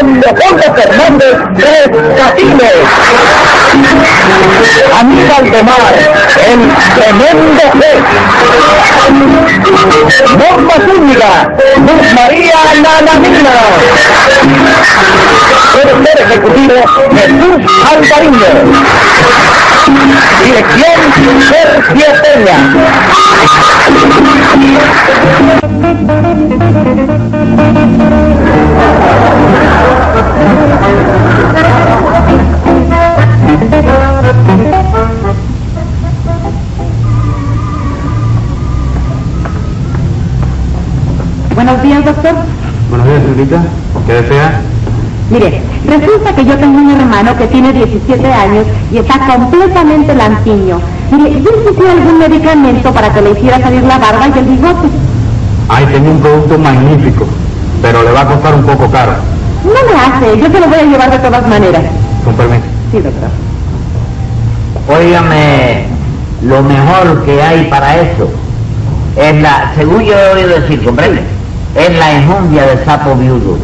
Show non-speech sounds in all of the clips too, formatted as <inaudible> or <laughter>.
En Leopoldo Fernández Tres Catines. Aníbal de Mar, el tremendo juez. Norma Zúñiga, Luz María Nanamina. Productor ejecutivo Jesús Alvariño. Dirección Sergio Peña. Buenos días, doctor. Buenos días, señorita. ¿Qué desea? Mire, resulta que yo tengo un hermano que tiene 17 años y está completamente lampiño. Mire, yo quisiera algún medicamento para que le hiciera salir la barba y el bigote. Ay, tengo un producto magnífico, pero le va a costar un poco caro. No me hace, yo se lo voy a llevar de todas maneras. Con permiso. Sí, doctor. Óigame, lo mejor que hay para eso es la, según yo he oído decir, comprende, es la enjundia de sapo viudo.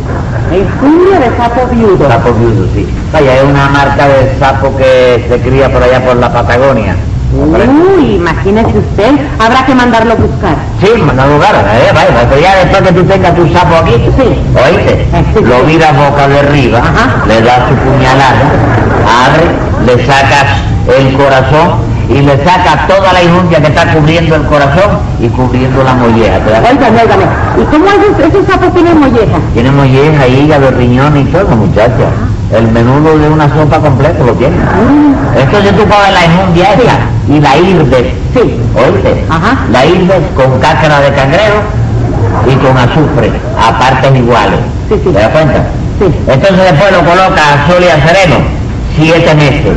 Enjundia de sapo viudo. Sapo viudo, sí. Vaya, es una marca de sapo que se cría por allá por la Patagonia. Uy, imagínese usted, habrá que mandarlo a buscar. Sí, mandarlo a buscar, eh, vaya, pero ya después que tú tengas tu sapo aquí, sí. oíste, Sí. lo miras boca de arriba, Ajá. le das su puñalada, abre, le sacas el corazón y le sacas toda la injundia que está cubriendo el corazón y cubriendo la molleja. ¿te das cuenta? Óigame, óigame. ¿Y cómo esos, esos sapos tienen mollejas? Tiene molleja, hígado, riñón y todo, muchacha. El menudo de una sopa completo lo tiene. Entonces tú coges la enjundia esa y la hirves. Sí. ¿Oíste? Ajá. La hirves con cáscara de cangrejo y con azufre, a partes iguales. Sí, sí. ¿Te das cuenta? Sí. Entonces después lo colocas a sol y a sereno, siete meses.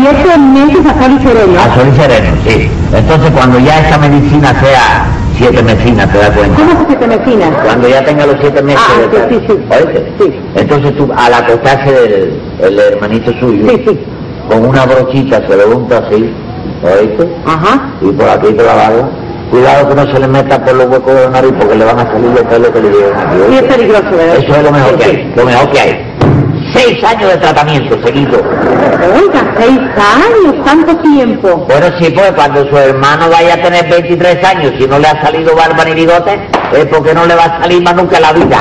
Y ese meses acá y cerebro. A sol y sereno, Ah, sí. Entonces cuando ya esa medicina sea siete mesinas, ¿te das cuenta? ¿Cómo que se te mecina? Cuando ya tenga los siete meses. Ah, de sí, sí, sí. ¿Oíste? Sí. Entonces tú, al acostarse del el hermanito suyo, Sí, sí. con una brochita se le unta así, ¿oíste? Ajá. Y por aquí te la barba. Cuidado que no se le meta por los huecos de la nariz porque le van a salir de pelo que le dieron aquí. Y ¿oíste? es peligroso, ¿verdad? Eso es lo mejor que Sí, hay, lo mejor que hay. Seis años de tratamiento seguido. Oiga, seis años, tanto tiempo. <laughs> Bueno, sí, pues cuando su hermano vaya a tener 23 años, si no le ha salido barba ni bigote, es porque no le va a salir más nunca en la <laughs> vida.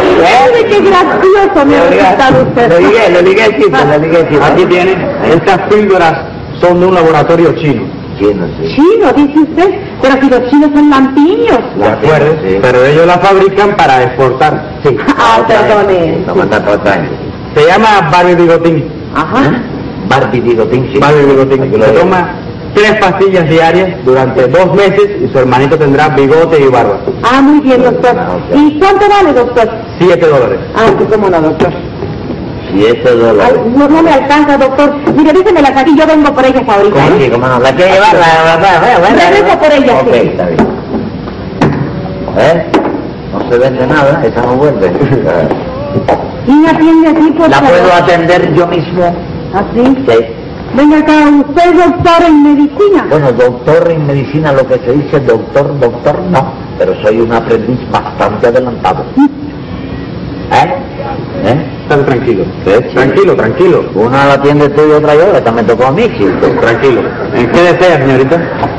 Mire qué gracioso me ha resultado usted. Lo ligué, lo ligué, sí, pues, lo ligué, sí. Aquí tiene. Estas píldoras son de un laboratorio chino. Sí, no sé. Chino, dice usted, pero si los chinos son lampiños. ¿De acuerdo? Sí. Pero ellos la fabrican para exportar. <laughs> Sí. Ah, perdone. Lo mandan para otra gente. ¿Ah? Se llama Barbie Bigotín. Ajá. Barbie Digotín, sí. Barbie Aquí Bigotín. lo Se digo. toma tres pastillas diarias durante dos meses y su hermanito tendrá bigote y barba. Ah, muy bien, doctor. Ah, ok. ¿Y cuánto vale, doctor? Siete dólares. Ah, sí, cómo no, doctor. Siete Ay, dólares. no, no me alcanza, doctor. Mire, déjenmelas aquí, yo vengo por ellas ahorita. ¿Cómo ¿eh? sí, cómo no? ¿La quiere llevar? La, la, la, la, la- la- Regreso por ella, Ok, sí. está bien. ¿Eh? No se vende nada, esa no <laughs> vuelve. ¿Quién atiende aquí, por ¿La favor? puedo atender yo mismo? ¿Así? Sí. Venga acá, usted es doctor en medicina. Bueno, doctor en medicina, lo que se dice doctor, doctor no, pero soy un aprendiz bastante adelantado. ¿Eh? ¿Eh? Están tranquilos. Sí, sí. Tranquilo, tranquilo. Una la atiende tú y otra yo, esta me tocó a mí, chico. Tranquilo. ¿En qué desea, señorita?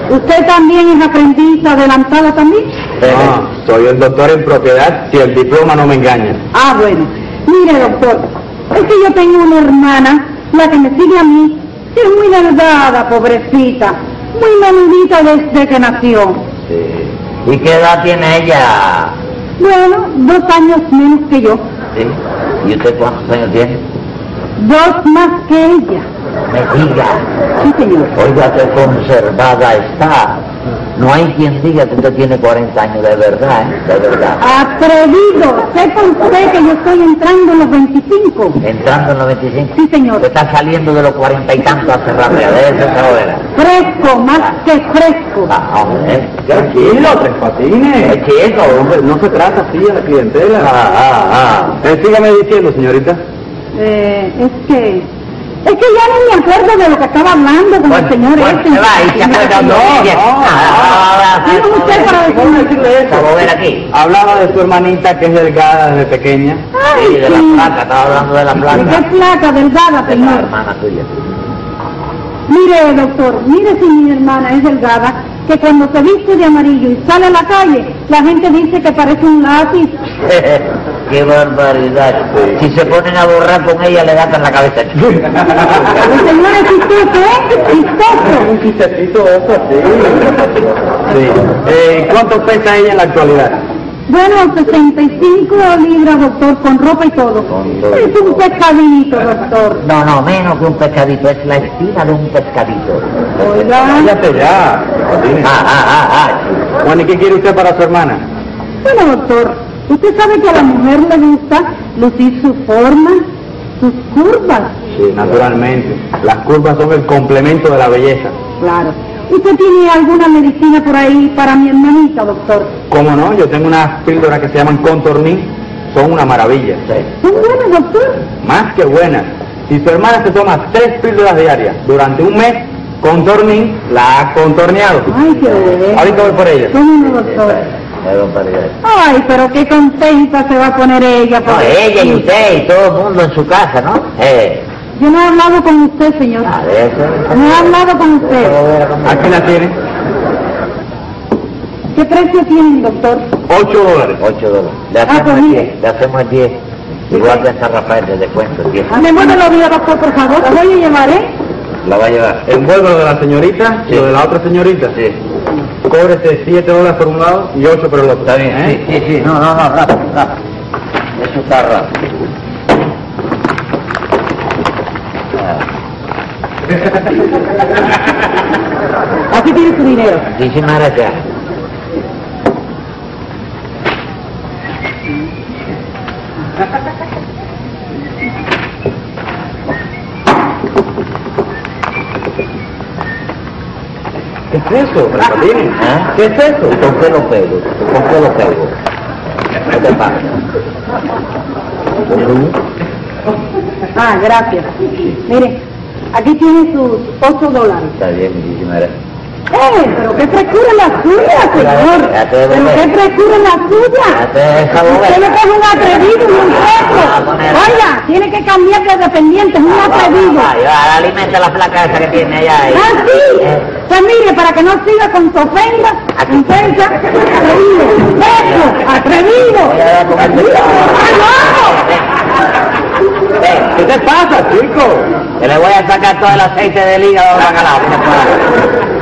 ¿Usted también es aprendiz adelantado también? Eh, No, Ah, soy el doctor en propiedad si el diploma no me engaña. Ah, bueno. Mire, doctor, es que yo tengo una hermana, la que me sigue a mí, que es muy delgada, pobrecita, muy menudita desde que nació. Sí. ¿Y qué edad tiene ella? Bueno, dos años menos que yo, Sí. ¿Y usted cuántos años tiene? dos más que ella. Me diga. Sí, señor. Oiga, qué conservada está. No hay quien diga que usted tiene 40 años, de verdad, ¿eh? De verdad. Atrevido, sepa usted que yo estoy entrando en los 25. Entrando en los 25. Sí, Usted señor. está saliendo de los cuarenta y tantos a cerrar de esa hora. Fresco, más que fresco. Ah, hombre. Tranquilo, tres patines. Eh, chico, hombre. No se trata así a la clientela. Ah, ah, ah. Eh, sígame diciendo, señorita. Eh, es que Es que ya ni me acuerdo de lo que estaba hablando con el señor Bueno, este. se va y se acuerda uno de ella. no, no. Ah, ahora, Diga usted para ¿Cómo decirle Por eso? volver aquí. Hablaba de su hermanita que es delgada desde pequeña. Ay, Sí, de la sí. placa, estaba hablando de la ¿De qué placa. placa, delgada, De la señor? hermana tuya. Mire, doctor, mire si mi hermana es delgada, que cuando se viste de amarillo y sale a la calle, la gente dice que parece un lápiz. <laughs> Qué barbaridad. Si se ponen a borrar con ella, le dan en la <laughs> cabeza. El señor es chistoso, ¿eh? Chistoso. Y se hizo eso, sí. sí. Eh, ¿Cuánto pesa ella en la actualidad? Bueno, 65 libras, doctor, con ropa y todo. Con todo y Es un todo. pescadito, doctor. No, no, menos que un pescadito, es la espina de un pescadito. Oiga. Cállate ya. Ah, ah, ah, ah. Bueno, ¿y qué quiere usted para su hermana? Bueno, doctor, usted sabe que a la mujer le gusta lucir su forma, sus curvas. Sí, naturalmente. Las curvas son el complemento de la belleza. Claro. ¿Usted tiene alguna medicina por ahí para mi hermanita, doctor? ¿Cómo no? Yo tengo unas píldoras que se llaman contorní. Son una maravilla. ¿Son buenas, doctor? Más que buenas. Si su hermana se toma tres píldoras diarias durante un mes, contorní la ha contorneado. Ay, qué bebé. Ahorita voy por ella. ¿Cómo, Sí, doctor? qué barbaridad. Ay, pero qué contenta se va a poner ella. No, porque- ella y usted y todo el mundo en su casa, ¿no? Eh, Yo no he hablado con usted, señor. a ver, No he hablado con usted. Aquí la tiene. ¿Qué precio tienen, doctor? 8 dólares. 8 dólares. Le Ah, hacemos pues el mire. 10, le hacemos el 10. Igual que a San Rafael, le descuento el 10. Ah, Me mueve los días, doctor, por favor. Lo voy a llevar, ¿eh? La va a llevar. Envuélvelo de la señorita y lo de la otra señorita. Sí. Cóbrese 7 dólares por un lado y 8 por el otro. Está bien, ¿Eh? sí, sí, sí. No, no, no, rápido, rápido. Eso está rápido. Aquí tiene su dinero. Muchísimas gracias. ¿Qué es eso, Francolini? ¿Eh? ¿Qué es eso? ¿Y con qué lo pego? ¿Con qué lo pego? tá ¿Qué te pasa? Ah, gracias. Mire, aquí tiene sus 8 dólares. Está bien, muchísimas gracias. ¡Eh! ¡Pero qué frescura la suya, señor! Ya te ¡Pero devolveré. qué frescura la Ya te suya! dejo Usted ver. lo que es un um atrevido y un Ah, cerdo. con él. Oiga, tiene que cambiar de dependiente, es un Va, va, atrevido. va, va, Alimenta la placa esa que tiene allá. ahí. ¡Ah, sí! Eh, Pues mire, para que no siga con su ofenda, Aquí. ofensa, atrevido, eso, atrevido. Voy a dar con el ¡Mira, teclado. está loco! ven, ¿Qué te pasa, chico? que le voy a sacar todo el aceite del hígado bacalao. que te pueda.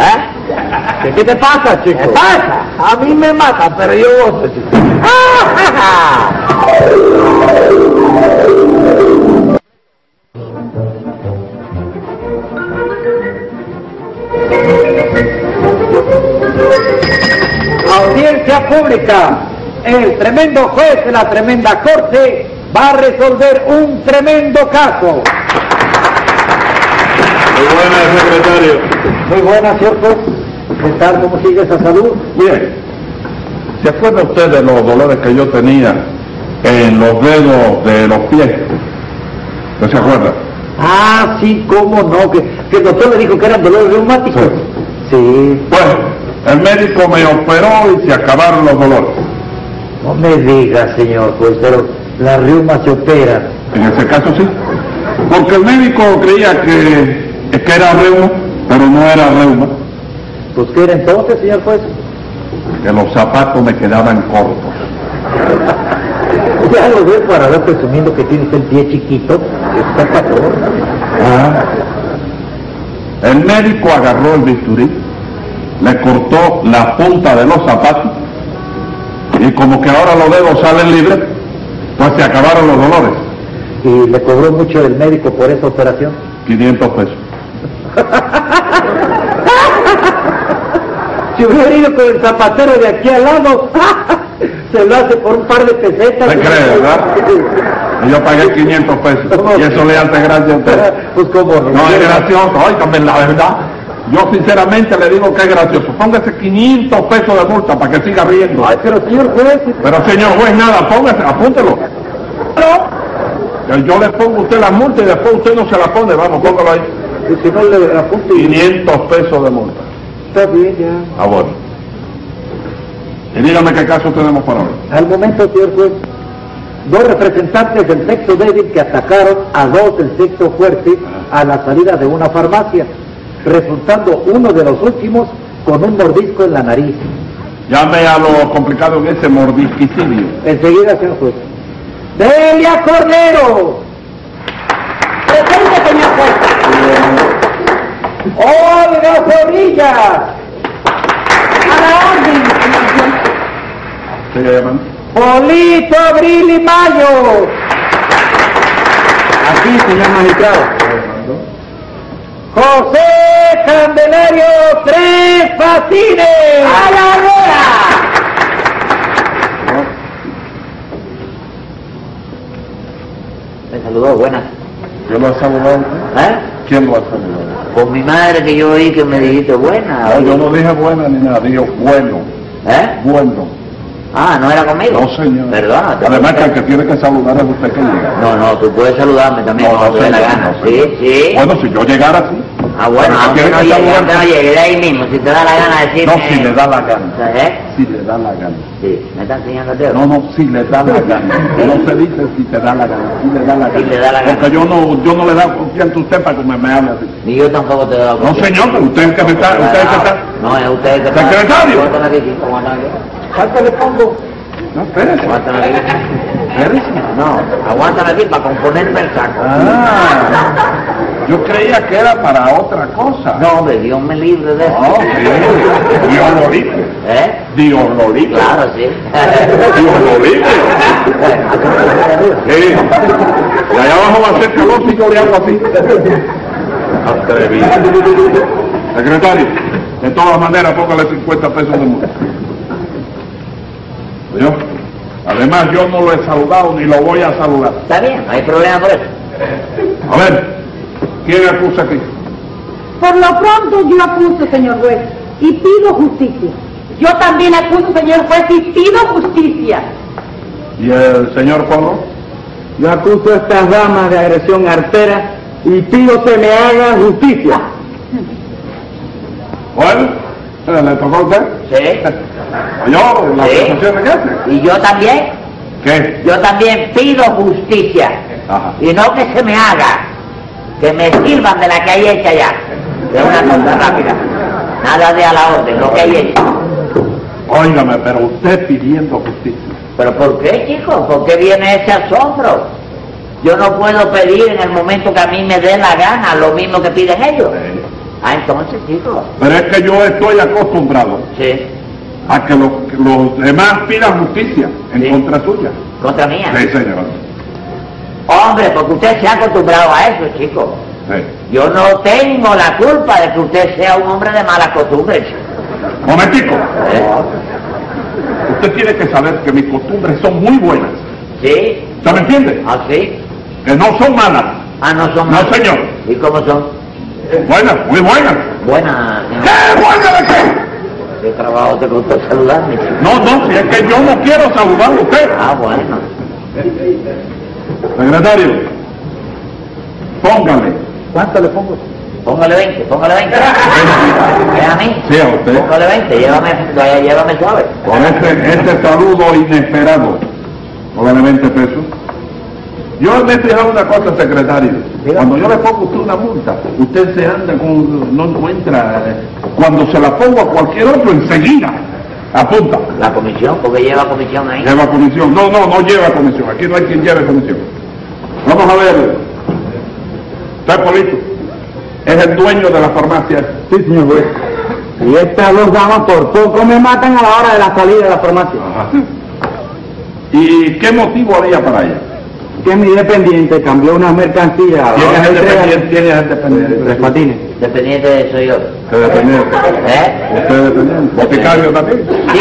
¿Eh? ¿Qué, qué te pasa, chico? ¿Qué pasa? A mí me mata, pero yo gozo, chico. ¡Ah, ja, ja! Audiencia pública. El tremendo juez de la tremenda corte va a resolver un tremendo caso. Muy buenas, secretario. Muy buena, señor juez. ¿Qué tal? ¿Cómo sigue esa salud? Bien. ¿Se acuerda usted de los dolores que yo tenía en los dedos de los pies? ¿No se acuerda? Ah, sí, cómo no. Que, que el doctor le dijo que eran dolores reumáticos. Sí. Bueno, el médico me operó y se acabaron los dolores. No me diga, señor juez, pero la reuma se opera. En ese caso sí. Porque el médico creía que, que era reuma, pero no era reuma. Pues qué era entonces, señor juez. Que los zapatos me quedaban cortos. Ya lo veo para dar presumiendo que tienes el pie chiquito. Está patón. Ah. El médico agarró el bisturí, le cortó la punta de los zapatos y como que ahora los dedos salen libres, pues se acabaron los dolores. Y le cobró mucho el médico por esa operación. 500 pesos. Si hubiera ido con el zapatero de aquí al lado, <laughs> se lo hace por un par de pesetas. ¿Te cree, verdad? Y yo pagué 500 pesos. Y eso le hace gracia a usted. <laughs> Pues como No es gracioso, óigame la verdad. Yo sinceramente le digo que es gracioso. Póngase 500 pesos de multa para que siga riendo. Ay, pero señor juez, Pero señor juez, nada, póngase, apúntelo. Yo le pongo a usted la multa y después usted no se la pone. Vamos, póngalo ahí. Y si no le apunto y 500 pesos de multa. está bien ya. Ah, bueno. Y dígame qué caso tenemos para hoy. Al momento, señor juez, dos representantes del sexo débil que atacaron a dos del sexo fuerte a la salida de una farmacia, resultando uno de los últimos con un mordisco en la nariz. Llame a lo complicado en ese mordisquicidio. Enseguida, señor juez. ¡Delia Cordero! Presente, señor juez. ¡Olga Zorrillas! A la orden, señor juez. Sigue llamando. ¡Polito Abril y Mayo! Aquí, señor magistrado. José Candelario Tres Patines. A la hora. Me saludó, buenas. Yo lo he saludado. a usted. ¿Eh? ¿Quién lo ha saludado? Con mi madre que yo oí que me dijiste buena. Ah, No, yo oye. no dije buena ni nada, dije bueno, ¿Eh? bueno. Ah, ¿no era conmigo? No, señor. Perdona. te- Además que el que tiene que saludar es usted que llega. No, no, tú puedes saludarme también cuando te dé la señor, gana. no, sí, señor. sí. Bueno, si yo llegara así. ah, bueno, Pero aunque si no quiere llegue, saludar- no llegue, de ahí mismo. Si te da la gana decirme... No, si le da la gana. ¿Eh? Si le da la gana. Sí, me está enseñando el dedo. No, no, si le da la <laughs> gana. No se dice si te da la gana, si le da la Si gana. le da la gana. Porque yo no, yo no le da confianza a usted para que me, me hable así. Ni yo tampoco te doy la No, confianza. señor, pero usted es el que me está, usted es el que está. No, es usted el que está... Secretario. Cuéntame aquí, ¿cómo anda aquí? le pongo. No, espérese, Aguántame aquí. espérese. No, aguántame aquí para componerme el saco. Ah, yo creía que era para otra cosa. No, hombre, Dios me libre de eso. No, sí. Dios lo dice. ¿Eh? Dios lo dice. Claro, <laughs> sí. Dios lo dice. Sí. Y allá abajo va a ser calor si yo le hago así. Atrevido. Secretario, de todas maneras, póngale 50 pesos de multa. ¿Oyó? Además, yo no lo he saludado ni lo voy a saludar. Está bien, no hay problema por eso. A ver, ¿quién acusa aquí? Por lo pronto yo acuso, señor juez, y pido justicia. Yo también acuso, señor juez, y pido justicia. ¿Y el señor Polo? Yo acuso a estas damas de agresión artera y pido que me hagan justicia. Bueno, eh, le tocó a usted. Sí. Yo, la Sí. acusación que hace. Y yo también, ¿Qué? yo también pido justicia. Ajá. Y no que se me haga, que me sirvan de la que hay hecha ya. Es una cosa rápida. Nada de a la orden, lo que hay hecho. Óigame, pero usted pidiendo justicia. ¿Pero por qué, chicos? ¿Por qué viene ese asombro? Yo no puedo pedir en el momento que a mí me dé la gana lo mismo que piden ellos. Eh, Ah, entonces, chicos. Pero es que yo estoy acostumbrado Sí. a que los, que los demás pidan justicia en Sí. contra suya. Contra mía. Sí, señor. Hombre, porque usted se ha acostumbrado a eso, chicos. Sí. Yo no tengo la culpa de que usted sea un hombre de malas costumbres. Momentico. ¿eh? Usted tiene que saber que mis costumbres son muy buenas. ¿Sí? ¿Usted me entiende? ¿Así? Que no son malas. Ah, no son No, malas. señor. ¿Y cómo son? Buenas, muy buenas. Buenas, señor. ¿Qué buena de qué? ¿Qué trabajo te costó saludarme, chico? No, no, si es que yo no quiero saludar a usted. Ah, bueno. Secretario, póngale. ¿Cuánto le pongo? Póngale 20, póngale 20. ¿Es a mí? Sí, a usted. Póngale 20, llévame, vaya, llévame suave. Con este, este saludo inesperado. Póngale 20 pesos. Yo me he fijado una cosa, secretario. Cuando yo le pongo a usted una multa, usted se anda con... no encuentra... eh, Cuando se la pongo a cualquier otro, enseguida apunta. La comisión, porque lleva comisión ahí. Lleva comisión. No, no, no lleva comisión. Aquí no hay quien lleve comisión. Vamos a ver. Está Polito. Es el dueño de la farmacia. Sí, señor juez. Y estas dos damas por poco me matan a la hora de la salida de la farmacia. Ajá. ¿Y qué motivo había para ella? Que mi dependiente cambió una mercancía. a la ¿Quién hora es de el entrega. dependiente? ¿Quién es el Tres dependiente? patines. Dependiente de soy yo. ¿Qué dependiente? ¿Eh? ¿Usted es dependiente? ¿Boticario también? Sí,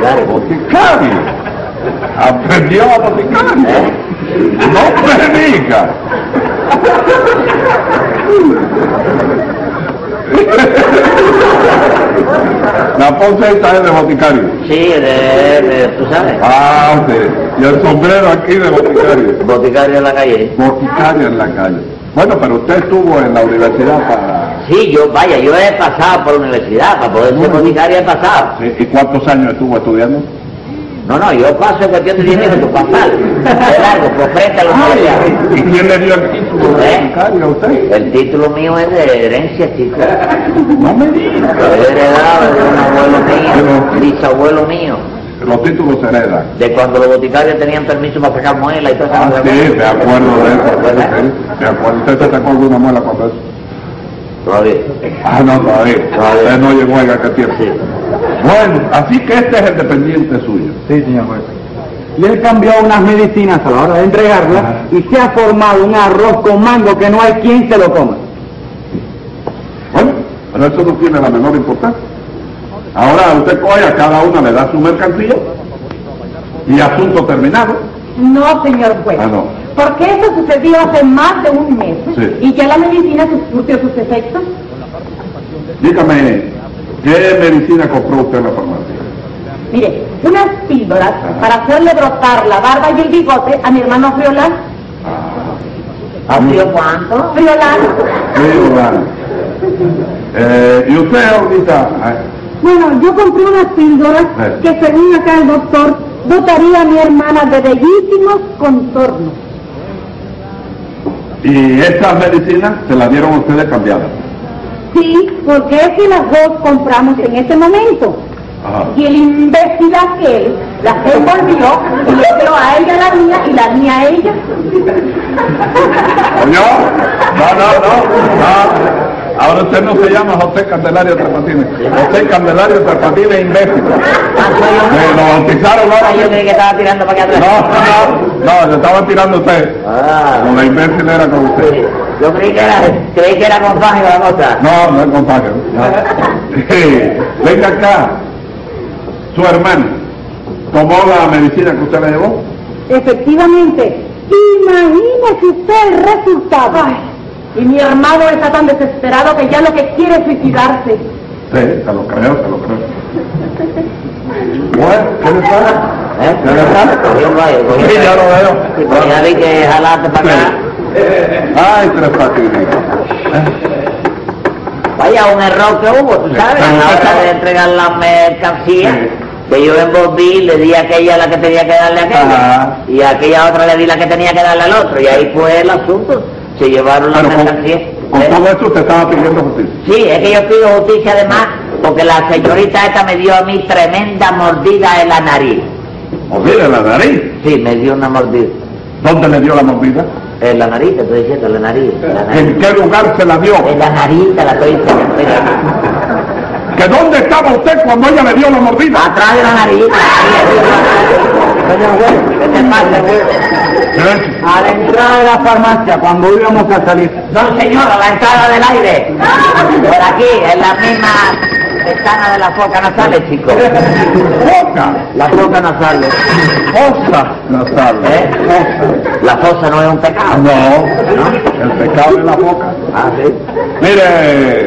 claro. ¡Boticario! ¡Aprendió a boticario! ¡No me diga! La ponceta es de boticario. Sí, de, de- tú sabes. Ah, sí. Y el sombrero aquí de boticario. Boticario en la calle. Boticario en la calle. Bueno, pero usted estuvo en la universidad para... Sí, yo, vaya, yo he pasado por universidad, para poder ser boticario he pasado. Sí, Eh, ¿Y cuántos años estuvo estudiando? No, no, yo paso en cuestión de 10 minutos, pasar. De largo, por frente a la universidad. ¿Y quién le dio el título de ¿Eh? boticario a usted? El título mío es de herencia, chico. No me diga. Lo he heredado de un abuelo mío, bisabuelo mío. Los títulos se heredan. De cuando los boticarios tenían permiso para sacar muelas y todo Ah, eso. sí, me acuerdo de eso. sí, Me acuerdo. ¿Usted se sacó alguna muela cuando eso? Ah, no, todavía. Todavía. Usted no llegó a qué tiempo. Sí. Bueno, así que este es el dependiente suyo. Sí, señor juez. Y él cambió unas medicinas a la hora de entregarlas y se ha formado un arroz con mango que no hay quien se lo coma. Bueno, pero eso no tiene la menor importancia. Ahora usted coge a cada una, le da su mercancía y asunto terminado. No, señor juez. Ah, no. Porque eso sucedió hace más de un mes. Sí. Y ya la medicina se surtió sus efectos. Dígame, ¿qué medicina compró usted en la farmacia? Mire, unas píldoras para hacerle brotar la barba y el bigote a mi hermano Friolán. Ah, ¿Tío cuánto? Friolán. sí, claro. Eh, ¿Y usted ahorita? ah, Bueno, yo compré unas píldoras Eh. que según acá el doctor, dotaría a mi hermana de bellísimos contornos. ¿Y estas medicinas se las dieron ustedes cambiadas? Sí, porque es que las dos compramos en ese momento. Ajá. Y el imbécil aquel las envolvió y le dio a ella la mía y la mía a ella. ¿Oyó? No, no, no, no. Ahora usted no se llama José Candelario Trapatines. José Candelario Trapatines imbécil. Me lo bautizaron ahora Yo mismo. creí que estaba tirando para acá atrás. No, no, no, se estaba tirando usted. Ah, Con la imbécil era con usted. yo creí que era, creí que era compadre la cosa. No, no es compadre. no. Sí. Venga acá. Su hermano tomó la medicina que usted le llevó. Efectivamente, imagínese usted el resultado. y mi hermano está tan desesperado que ya lo que quiere es suicidarse. Sí, se lo creo, se lo creo. Bueno, ¿qué le pasa? ¿Eh? ¿Ya le pasa? Cogió un baile, cogió un Sí, ya lo baile. veo. Sí, pues ya vi que jalaste para acá. Ay, tres patines. Vaya, un error que hubo, tú sabes, a la hora de entregar la mercancía, que yo envolví, le di a aquella la que tenía que darle a aquella, Ajá. y a aquella otra le di la que tenía que darle al otro, y ahí fue el asunto, se llevaron la Pero con, mercancía. con Eh, todo esto usted estaba pidiendo justicia. Sí, es que yo pido justicia además, porque la señorita esta me dio a mí tremenda mordida en la nariz. O mire, la nariz. Sí, me dio una mordida. ¿Dónde le dio la mordida? En la nariz, te estoy diciendo, en la nariz. En la nariz, ¿En qué lugar se la dio? en la nariz te la estoy diciendo. mira. ¿Que dónde estaba usted cuando ella le dio la mordida? Atrás de la nariz. ¿Qué te pasa, güey? ¿Eh? A la entrada de la farmacia, cuando íbamos a salir, No, señor, a la entrada del aire. Por aquí, en la misma ventana de la foca nasal, chico. Foca, La foca nasal. fosa nasal. ¿Eh? La fosa no es un Ah, pecado. No, el pecado en la boca. Ah, sí. Mire,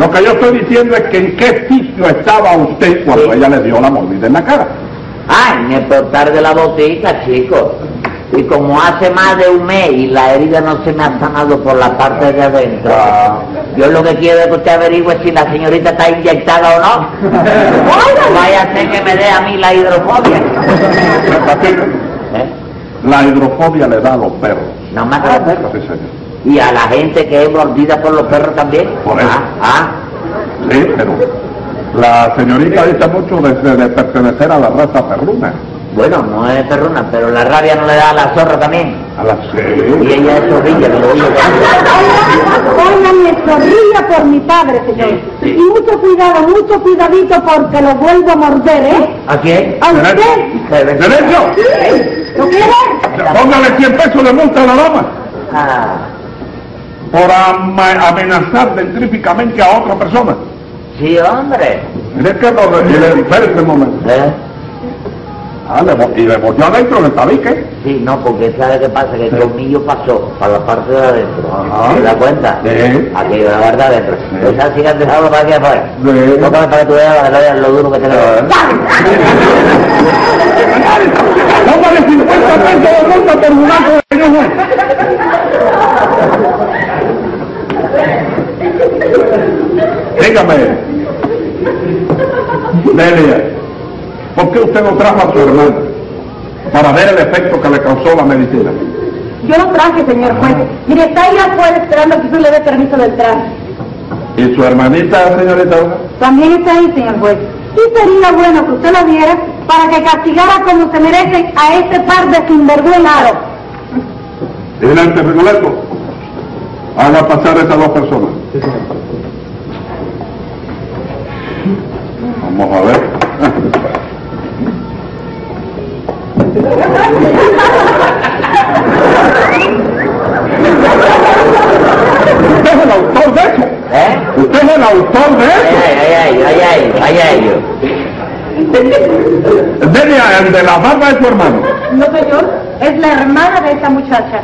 lo que yo estoy diciendo es que en qué sitio estaba usted cuando Sí. ella le dio la mordida en la cara. Ay, me portar de la botica, chicos. Y como hace más de un mes y la herida no se me ha sanado por la parte de adentro, Ah. yo lo que quiero es que usted averigüe si la señorita está inyectada o no. Vaya a ser que me dé a mí la hidrofobia. ¿Eh? La hidrofobia le da a los perros. No mata a los perros. Sí, señor. Y a la gente que es mordida por los perros también. Por eso. Ah, Sí, pero la señorita dice mucho de, de- de pertenecer a la raza perruna. ah. Bueno, no es perruna, pero la rabia no le da a la zorra también. A la Y sí. ella es zorrilla, que lo digo. Oiga, me sonría por mi padre, señor. Y mucho cuidado, mucho cuidadito porque lo vuelvo a morder, ¿eh? ¿A quién? ¿A usted? ¡Silencio! ¿Lo quiere? Póngale 100 pesos de multa a la dama Ah, por ama- amenazar dentríficamente a otra persona. sí, hombre. Mire que no, espérese un momento. ¿Eh? Ah, le bo- y le volteó adentro del tabique. Sí, no, porque sabe qué pasa, que el tornillo pasó para la parte de adentro. Ajá. ¿Te das cuenta? Ah, Sí. Aquí, la verdad, adentro. Sí. Esas sigan dejando para aquí afuera. Sí. Tócame para que tú veas, para que tú veas lo duro que tenemos. ¡Póngale 50 pesos de multa por buraco de señor! Dígame, Delia, ¿por qué usted no trajo a su hermana para ver el efecto que le causó la medicina? Yo lo traje, señor juez. Mire, está ahí afuera esperando que usted le dé permiso del traje. ¿Y su hermanita, señorita? También está ahí, señor juez. Y sería bueno que usted lo viera para que castigara como se merecen a este par de sinvergüenzados. Adelante, Rigoletto. Haga pasar a estas dos personas. Vamos a ver. Usted es el autor de eso. ¿Eh? Usted es el autor de Ay, eso. ay, ay, ay, ay, ay, ay, yo. Delia, el de la barba es tu hermano. No, señor. Es la hermana de esta muchacha.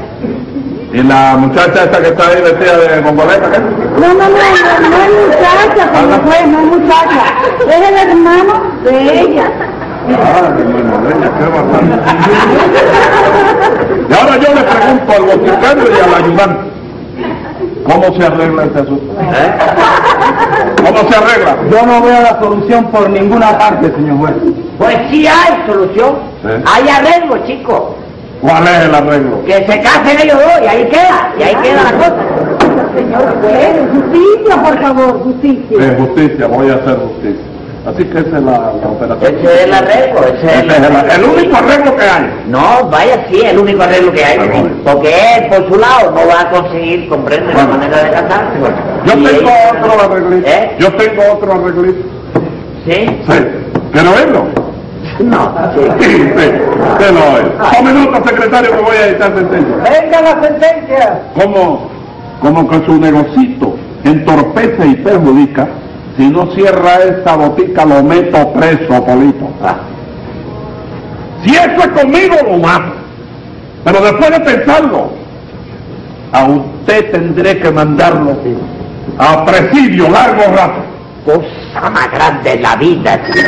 Y la muchacha esta que está ahí vestida de gongoleta, ¿qué? No, no, no, no, no es muchacha, señor juez, no es muchacha. Es el hermano de ella. Ah, hermano, leña, qué barbaridad. Y ahora yo le pregunto al boticario y al ayudante, ¿cómo se arregla este asunto? ¿Eh? ¿Cómo se arregla? Yo no veo la solución por ninguna parte, señor juez. Pues sí hay solución. Sí. Hay arreglo, chicos. ¿Cuál es el arreglo? Que se casen ellos dos y ahí queda, y ahí queda la cosa. Señor juez, justicia, por favor, justicia. De justicia, voy a hacer justicia. Así que esa es la, la operación. Ese es el arreglo, ese es Ese el es <laughs> el, el único arreglo que hay. No, vaya, sí, el único arreglo que hay. Claro. Porque él, por su lado, no va a conseguir comprender Bueno. la manera de casarse. Yo Y tengo ella- otro arreglito. ¿Eh? Yo tengo otro arreglito. ¿Sí? Sí. ¿Quiero oírlo? No, sí. Sí, sí. Quiero oírlo. Un minuto, secretario, que voy a editar sentencia. ¡Venga la sentencia! como, como que su negocito entorpece y perjudica, si no cierra esta botica lo meto preso, Polito. Ah. Si eso es conmigo, lo mato. Pero después de pensarlo, a usted tendré que mandarlo a presidio largo rato. Cosa más grande en la vida, chico.